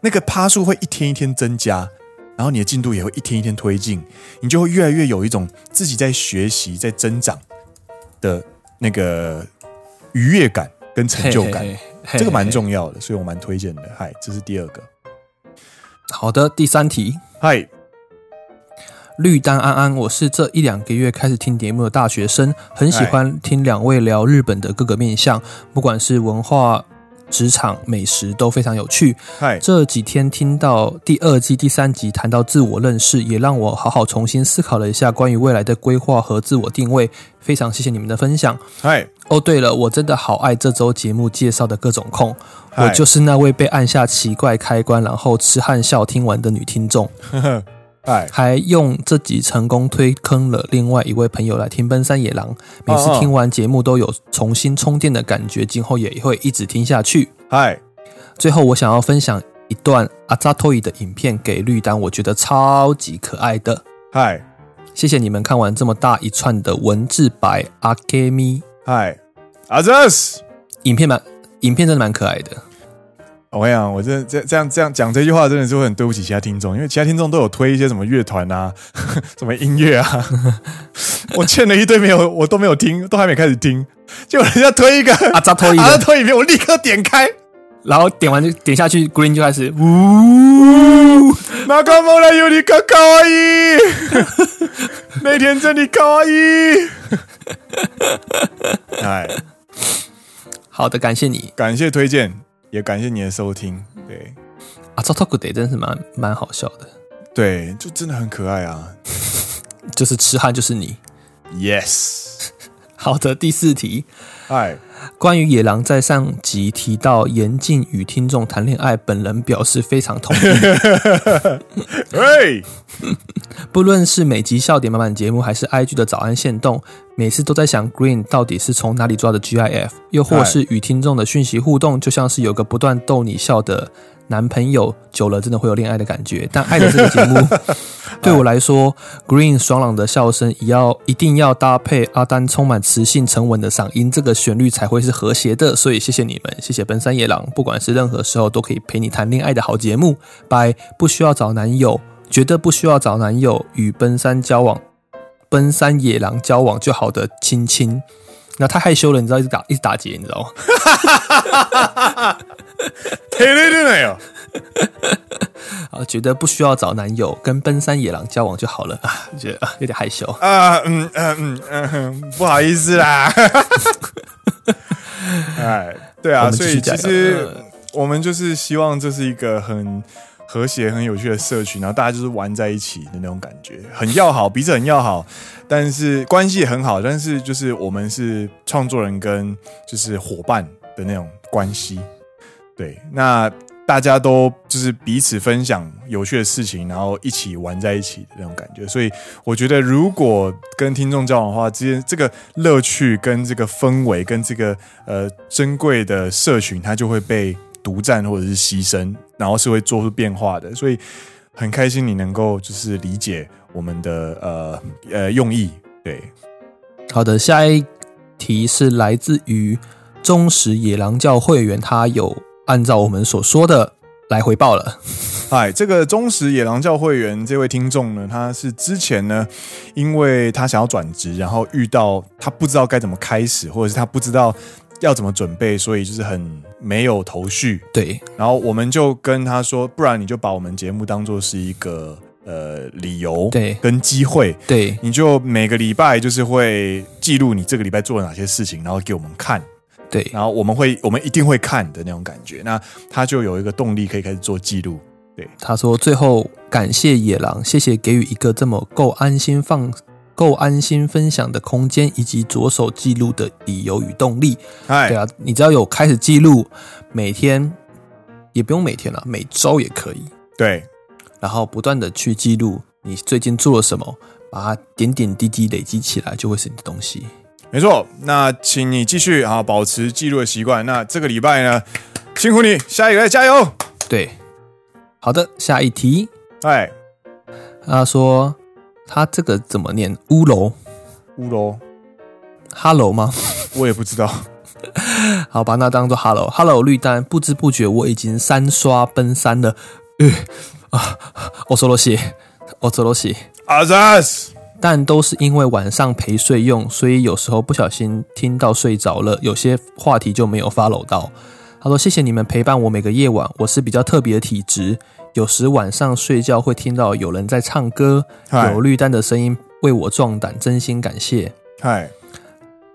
那个趴数会一天一天增加。然后你的进度也会一天一天推进，你就会越来越有一种自己在学习、在增长的那个愉悦感跟成就感。嘿，嘿嘿这个蛮嘿重要的，所以我蛮推荐的。嗨，这是第二个。好的，第三题，嗨，绿丹安安，我是这一两个月开始听节目的大学生，很喜欢听两位聊日本的各个面向，不管是文化、职场、美食都非常有趣。嗨，这几天听到第二季、第三集谈到自我认识，也让我好好重新思考了一下关于未来的规划和自我定位。非常谢谢你们的分享。嗨， 哦，对了，我真的好爱这周节目介绍的各种控，嗨我就是那位被按下奇怪开关，然后痴汉笑听完的女听众。嗨，还用这集成功推坑了另外一位朋友来听《奔山野狼》，每次哦哦听完节目都有重新充电的感觉，今后也会一直听下去。嗨，最后，我想要分享一段阿扎托伊的影片给绿丹，我觉得超级可爱的。嗨，谢谢你们看完这么大一串的文字白阿 k 咪嗨，阿 s 影片蛮，影片真的蛮可爱的。我跟你讲，我真的这这样这样讲这句话，真的是会很对不起其他听众，因为其他听众都有推一些什么乐团啊， 什么音乐啊， 我欠了一堆没有，我都没有听，都还没开始听，结果人家推一个阿扎托伊啊，的，推影片，我立刻点开，然后点完就点下去，Green 就开始呜，马卡莫来有你可卡哇伊，那天真的卡哇伊，哎。好的，感谢你。感谢推荐，也感谢你的收听。对阿扎托古德真是蛮蛮好笑的，对，就真的很可爱啊。就是痴汉就是你。 Yes， 아,好的，第四题，嗨关于野狼在上集提到严禁与听众谈恋爱，本人表示非常同意。喂，不论是每集笑点满满节目，还是 IG 的早安限动，每次都在想 Green 到底是从哪里抓的 GIF，又或是与听众的讯息互动，就像是有个不断逗你笑的男朋友，久了真的会有恋爱的感觉。但爱的这个节目，对我来说，Green 爽朗的笑声也要一定要搭配阿丹充满磁性沉稳的嗓音，这个旋律才会是和谐的。所以谢谢你们，谢谢奔山野狼，不管是任何时候都可以陪你谈恋爱的好节目。拜，不需要找男友，觉得不需要找男友，与奔山交往，奔山野狼交往就好的亲亲。那太害羞了，你知道一直打一直打结，你知道吗？ 嘿嘞嘞嘞哟，啊，觉得不需要找男友，跟奔山野狼交往就好了 啊，觉得啊有点害羞。啊嗯嗯嗯嗯，不好意思 啦。哎，对我啊，们继所续以加其油实呃我们就是希望这是一个很和谐、很有趣的社群，然后大家就是玩在一起的那种感觉，很要好，彼此很要好，但是关系也很好，但是就是我们是创作人跟就是伙伴的那种关系。对，那大家都就是彼此分享有趣的事情，然后一起玩在一起的那种感觉。所以我觉得，如果跟听众交往的话，之间这个乐趣跟这个氛围跟这个呃珍贵的社群，它就会被独占或者是牺牲，然后是会做出变化的。所以很开心你能够就是理解我们的呃呃用意。对，好的，下一题是来自于忠实野狼教会员，他有按照我们所说的来回报了。嗨，这个忠实野狼教会员这位听众呢，他是之前呢，因为他想要转职，然后遇到他不知道该怎么开始，或者是他不知道要怎么准备，所以就是很没有头绪。对，然后我们就跟他说，不然你就把我们节目当做是一个呃理由，对跟机会，对，你就每个礼拜就是会记录你这个礼拜做了哪些事情，然后给我们看，对，然后我们会我们一定会看的那种感觉。那他就有一个动力可以开始做记录。他说最后感谢野狼，谢谢给予一个这么够安心放、够安心分享的空间，以及着手记录的理由与动力。对哎，啊，你只要有开始记录，每天也不用每天了，每周也可以，对然后不断的去记录你最近做了什么，把它点点滴滴累积起来，就会是你的东西。没错。那请你继续啊，保持记录的习惯。那这个礼拜呢，辛苦你，下一个礼拜加油。对，好的，下一题，哎，他说他这个怎么念？乌楼乌龙，哈喽吗？我也不知道。好吧，那当做 hello hello 绿单，不知不觉我已经三刷奔三了，呃啊，我说罗西，我说罗西，阿扎斯，但都是因为晚上陪睡用，所以有时候不小心听到睡着了，有些话题就没有 follow 到。他说：“谢谢你们陪伴我每个夜晚，我是比较特别的体质，有时晚上睡觉会听到有人在唱歌，嗨有绿单的声音为我壮胆，真心感谢。”嗨，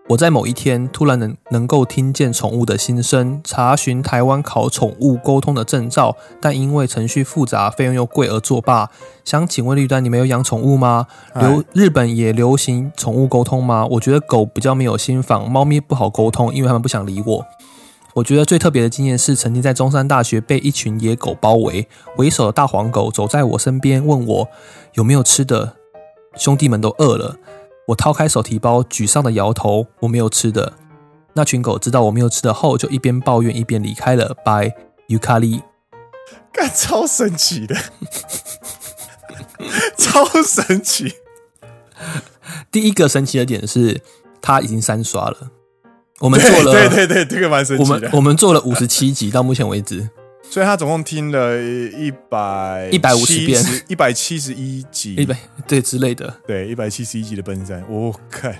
我在某一天突然能能够听见宠物的心声，查询台湾考宠物沟通的证照，但因为程序复杂，费用又贵而作罢。想请问绿丹，你们有养宠物吗？哎流日本也流行宠物沟通吗？我觉得狗比较没有心房，猫咪不好沟通，因为它们不想理我。我觉得最特别的经验是，曾经在中山大学被一群野狗包围，为首的大黄狗走在我身边，问我有没有吃的，兄弟们都饿了。我掏开手提包，沮丧的摇头，我没有吃的。那群狗知道我没有吃的后，就一边抱怨一边离开了。拜，尤卡利。干超神奇的， 超神奇。第一个神奇的点是，他已经三刷了。我们做了，对对对，这个蛮神我奇们的。我们做了五十七集，到目前为止，所以他总共听了一百150遍，一百七十一集，一百对之类的，对一百七十一集的奔三，我、看。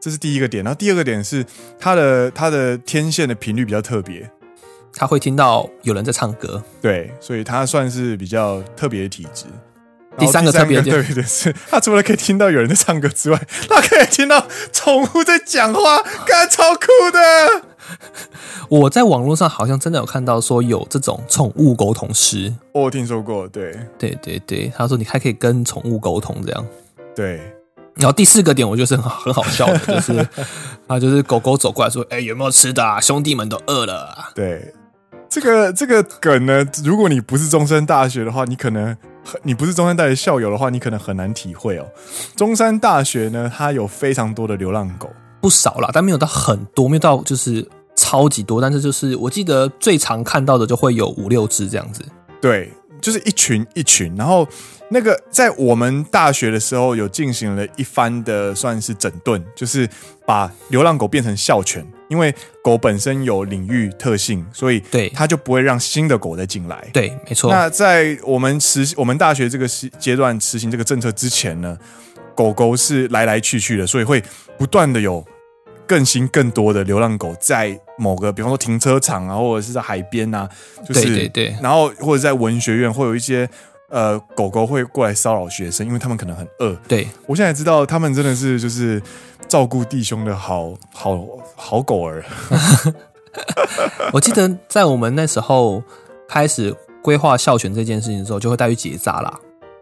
这是第一个点，然后第二个点是他的他的天线的频率比较特别，他会听到有人在唱歌。对，所以他算是比较特别的体质。然后第三个特别的特别的是，他除了可以听到有人在唱歌之外，他可以听到宠物在讲话，干超酷的。我在网络上好像真的有看到说有这种宠物沟通师，我有听说过，对对对对，他说你还可以跟宠物沟通这样。对，然后第四个点，我觉得是很好很好笑 的，就是啊，就是狗狗走过来说：“哎、有没有吃的、啊？兄弟们都饿了、啊。对，这个这个梗呢，如果你不是中山大学的话，你可能很你不是中山大学校友的话，你可能很难体会哦。中山大学呢，它有非常多的流浪狗，”不少啦，但没有到很多，没有到就是超级多，但是就是我记得最常看到的就会有五六只这样子。对，就是一群一群。然后那个在我们大学的时候，有进行了一番的算是整顿，就是把流浪狗变成校犬，因为狗本身有领域特性，所以对它就不会让新的狗再进来。对，没错，那在我们实我们大学这个时阶段实行这个政策之前呢，狗狗是来来去去的，所以会不断的有更新更多的流浪狗在某个，比方说停车场啊，或者是在海边啊，就是对对对然后或者在文学院会有一些。呃，狗狗会过来骚扰学生，因为他们可能很饿。对我现在知道，他们真的是就是照顾弟兄的好好好狗儿。我记得在我们那时候开始规划校犬这件事情之后，就会带去结扎啦，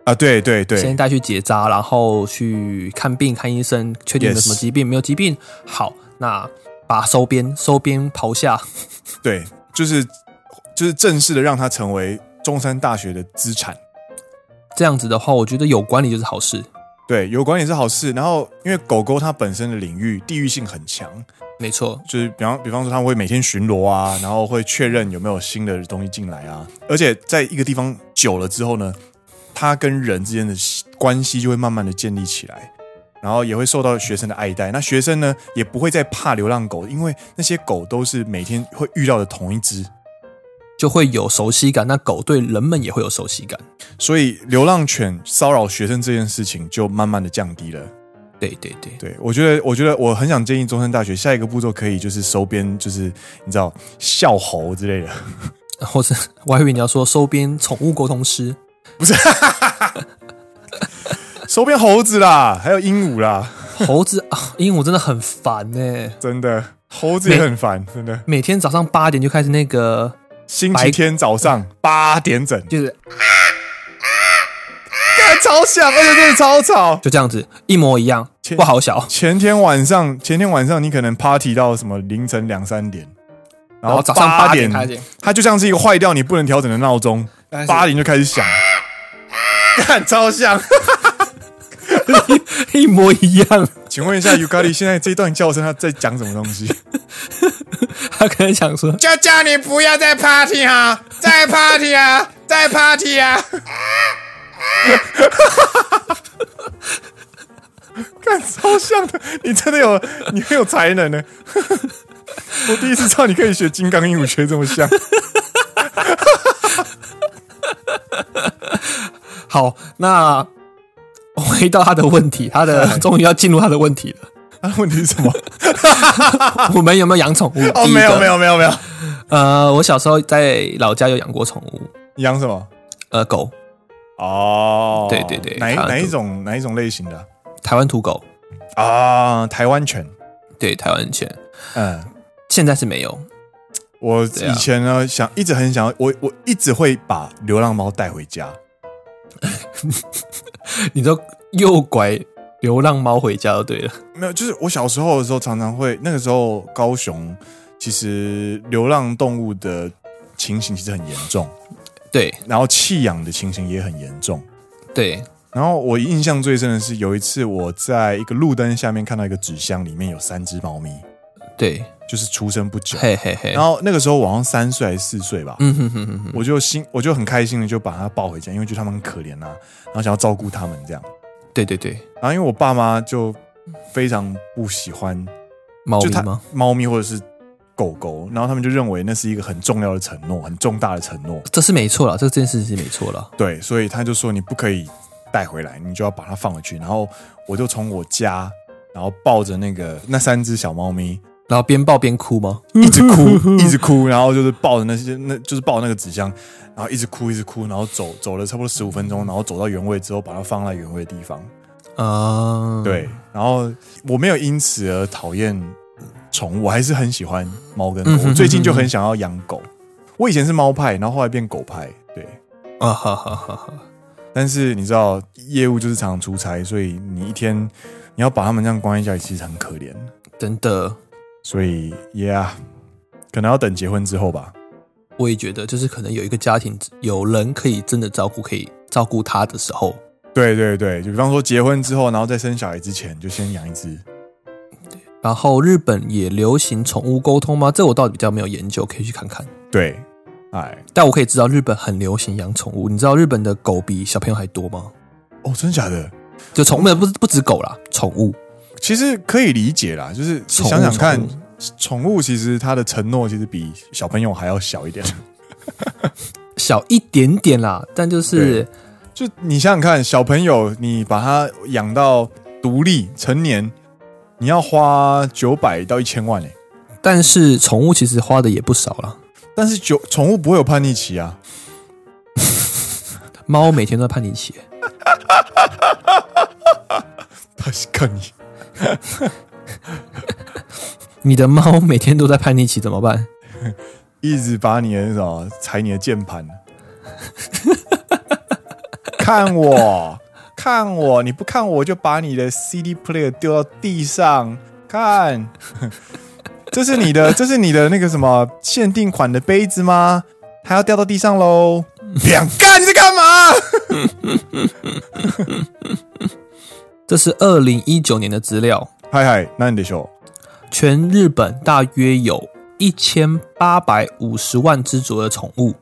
啊，对对对，先带去结扎，然后去看病看医生，确定有 Yes 什么疾病没有疾病，好，那把它收编收编刨下。对，就是就是正式的让它成为中山大学的资产。这样子的话，我觉得有管理就是好事。对，有管理是好事。然后，因为狗狗它本身的领域地域性很强，没错，就是比方比方说，它会每天巡逻啊，然后会确认有没有新的东西进来啊。而且，在一个地方久了之后呢，他跟人之间的关系就会慢慢的建立起来，然后也会受到学生的爱戴。那学生呢，也不会再怕流浪狗，因为那些狗都是每天会遇到的同一只，就会有熟悉感。那狗对人们也会有熟悉感。所以流浪犬骚扰学生这件事情就慢慢的降低了。对对对，对，我觉得，我觉得我很想建议中山大学下一个步骤可以就是收编，就是你知道校猴之类的，或是我还以为你要说收编宠物沟通师， 收编猴子啦，还有鹦鹉啦，猴子啊，鹦鹉真的很烦呢、真的猴子也很烦，真的。每天早上八点就开始那个，星期天早上八点整，就是干超响，而且真的超吵。就这样子，一模一样切，不好小。前天晚上，前天晚上你可能 party 到什么凌晨两三点，然然后早上八八点开始，它就像是一个坏掉你不能调整的闹钟，但是八点就开始响，干超响。 一模一样。请问一下 Yukari，现在这段叫声他在讲什么东西？他可能想说，就叫你不要再 party 啊，再 party 啊，再 party 啊！看超像的，你真的有，你很有才能呢。 我第一次知道你可以学金刚鹦鹉学这么像，好，那回到他的问题，他的终于要进入他的问题了。啊，问题是什么？我们有没有养宠物？哦，第一个没有，没。有，没有，没有。呃，我小时候在老家有养过宠物，你养什么？呃，狗，哦，对对对哪一台湾哪一土种哪一种类型的台湾土狗，啊？台湾犬，对，台湾犬。嗯，现在是没有，我对啊以前呢，想一直很想要，我我一直会把流浪猫带回家。你都诱拐流浪猫回家就对了。没有，就是我小时候的时候，常常会那个时候高雄其实流浪动物的情形其实很严重，对然后弃养的情形也很严重。对，然后我印象最深的是有一次我在一个路灯下面看到一个纸箱，里面有三只猫咪，对，就是出生不久。嘿嘿嘿然，后那个时候我好像三岁还是四岁吧，嗯哼哼哼哼，我就心我就很开心的就把它抱回家，因为觉得它们很可怜啊，然后想要照顾它们这样。对对对，然后因为我爸妈就非常不喜欢猫就咪他吗？猫咪或者是狗狗，然后他们就认为那是一个很重要的承诺，很重大的承诺。这是没错了，这件事是没错了。对，所以他就说你不可以带回来，你就要把它放回去。然后我就从我家，然后抱着那个那三只小猫 咪，然后边抱边哭吗？一直哭，一直哭，然后就是抱着那些，那就是抱着那个纸箱，然后一直哭，一直哭，然后走走了差不多十五分钟，然后走到原位之后，把它放在原位的地方。啊，对，然后我没有因此而讨厌宠物，我还是很喜欢猫跟狗。嗯哼嗯我最近就很想要养狗，我以前是猫派，然后后来变狗派，对。啊哈哈哈哈，但是你知道，业务就是常常出差，所以你一天你要把它们这样关在家里，其实很可怜。真的，所以，yeah，可能要等结婚之后吧。我也觉得，就是可能有一个家庭有人可以真的照顾，可以照顾他的时候，对对对，就比方说结婚之后，然后在生小孩之前，就先养一只。然后日本也流行宠物沟通吗？这我倒比较没有研究，可以去看看。对，哎，但我可以知道日本很流行养宠物，你知道日本的狗比小朋友还多吗？哦，真假的？就宠物不不止狗啦，宠物其实可以理解啦，就是宠物想想看宠，宠物其实它的承诺其实比小朋友还要小一点。 小一点点啦，但就是就你想想看，小朋友你把它养到独立成年，你要花九百到一千万欸诶、但是宠物其实花的也不少啦。但是九宠物不会有叛逆期啊，猫每天都在叛逆期，他看你你的猫每天都在叛逆期怎么办？一直把你的那什么踩你的键盘， 看我看我，你不看我就把你的 CD player 丢到地上看。 这是你的，这是你的那个什么限定款的杯子吗？还要掉到地上喽！两干你在干嘛？这是二零一九年的资料，嗨嗨，那你得说，全日本大约有一千八百五十万只左右的宠物，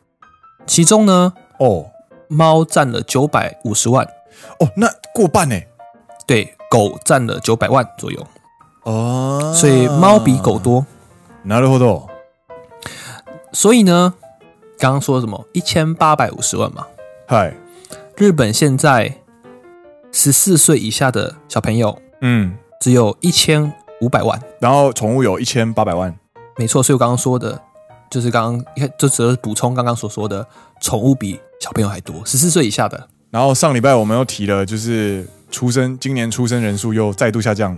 其中呢，哦，猫占了九百五十万，哦，那过半呢？对，狗占了九百万左右，哦，所以猫比狗。多。なるほど。所以呢，刚刚说什么一千八百五十万嘛？嗨，日本现在十四岁以下的小朋友嗯，只有一千五百万，然后宠物有一千八百万。没错。所以我刚刚说的，就是刚刚一开就只是补充刚刚所说的，宠物比小朋友还多，十四岁以下的。然后上礼拜我们又提了，就是出生今年出生人数又再度下降，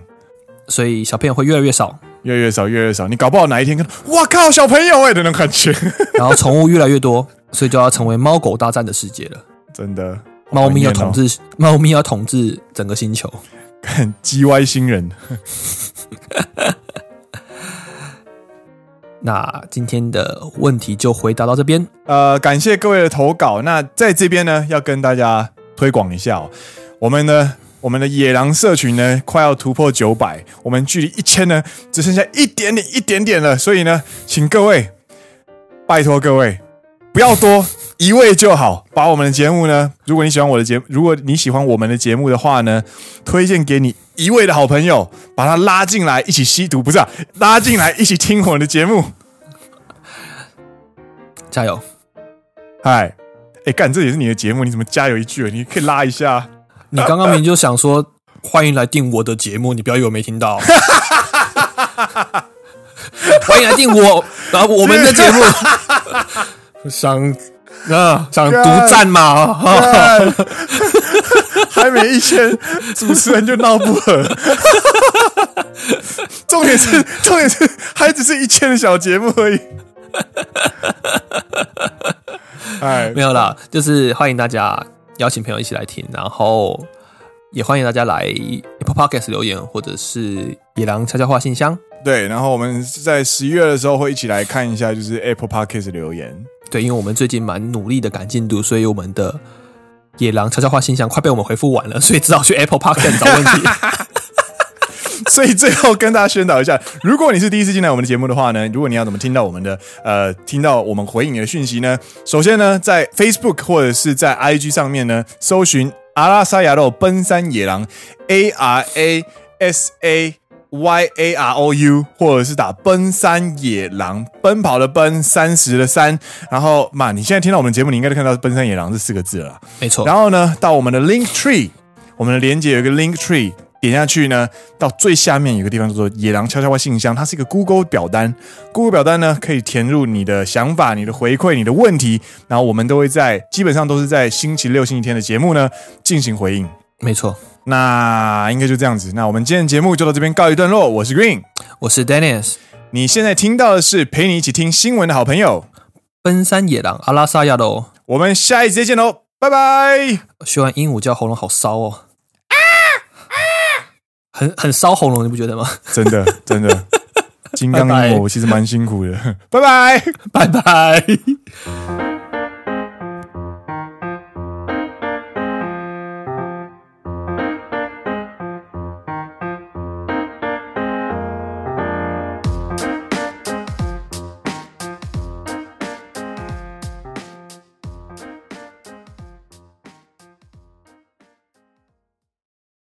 所以小朋友会越来越少，越来越少，越来越少。你搞不好哪一天看到，哇靠，小朋友哎、的那种感觉， 然后宠物越来越多，所以就要成为猫狗大战的世界了。真的。猫咪要好怀念统哦治，猫咪要统治整个星球。看 G Y 新人，那今天的问题就回答到这边。呃，感谢各位的投稿。那在这边呢，要跟大家推广一下哦，我们呢，我们的野狼社群呢，快要突破九百，我们距离一千呢，只剩下一点点、一点点了。所以呢，请各位，拜托各位，不要多，一位就好。把我们的节目呢，如果你喜欢我的节目，如果你喜欢我们的节目的话呢，推荐给你一位的好朋友，把他拉进来一起吸毒，不是、啊、拉进来一起听我们的节目。加油！嗨，哎，干，这也是你的节目，你怎么加油一句？啊你可以拉一下。你刚刚明明就想说欢迎来订我的节目，你不要以为我没听到。欢迎来订我啊我们的节目。想啊想独占 嘛？干还没一千，主持人就闹不和。重点是，重点是，还只是一千的小节目而已。哎没，有啦，就是欢迎大家邀请朋友一起来听，然后也欢迎大家来 Apple Podcast 留言，或者是野狼悄悄话信箱。对，然后我们在十一月的时候会一起来看一下，就是 Apple Podcast 的留言。对，因为我们最近蛮努力的赶进度，所以我们的野狼悄悄话信箱快被我们回复完了，所以 只好去 Apple Podcast 找问题。所以最后跟大家宣导一下，如果你是第一次进来我们的节目的话呢，如果你要怎么听到我们的呃，听到我们回应你的讯息呢？首先呢，在 Facebook 或者是在 IG 上面呢，搜寻阿拉萨亚肉奔山野狼 A R A S A。Y A R O U，或者是打奔山野狼，奔跑的奔，三十的三，然后嘛，你现在听到我们节目，你应该都看到“奔山野狼”这四个字了啦。没错，然后呢，到我们的 Link Tree，我们的连接有一个 Link Tree，点下去呢，到最下面有一个地方叫做“野狼悄悄话信箱”，它是一个 Google 表单。Google 表单呢，可以填入你的想法、你的回馈、你的问题，然后我们都会在基本上都是在星期六、星期天的节目呢进行回应。没错，那应该就这样子。那我们今天的节目就到这边告一段落。我是 Green，我是 Dennis，你现在听到的是陪你一起听新闻的好朋友。奔山野狼阿拉萨亚的哦。我们下一集再见喽，拜拜。学完鹦鹉叫喉咙好骚哦，啊很很烧喉咙，你不觉得吗？ 真的，真的，金刚鹦拜拜鹉其实蛮辛苦的，拜拜。拜拜。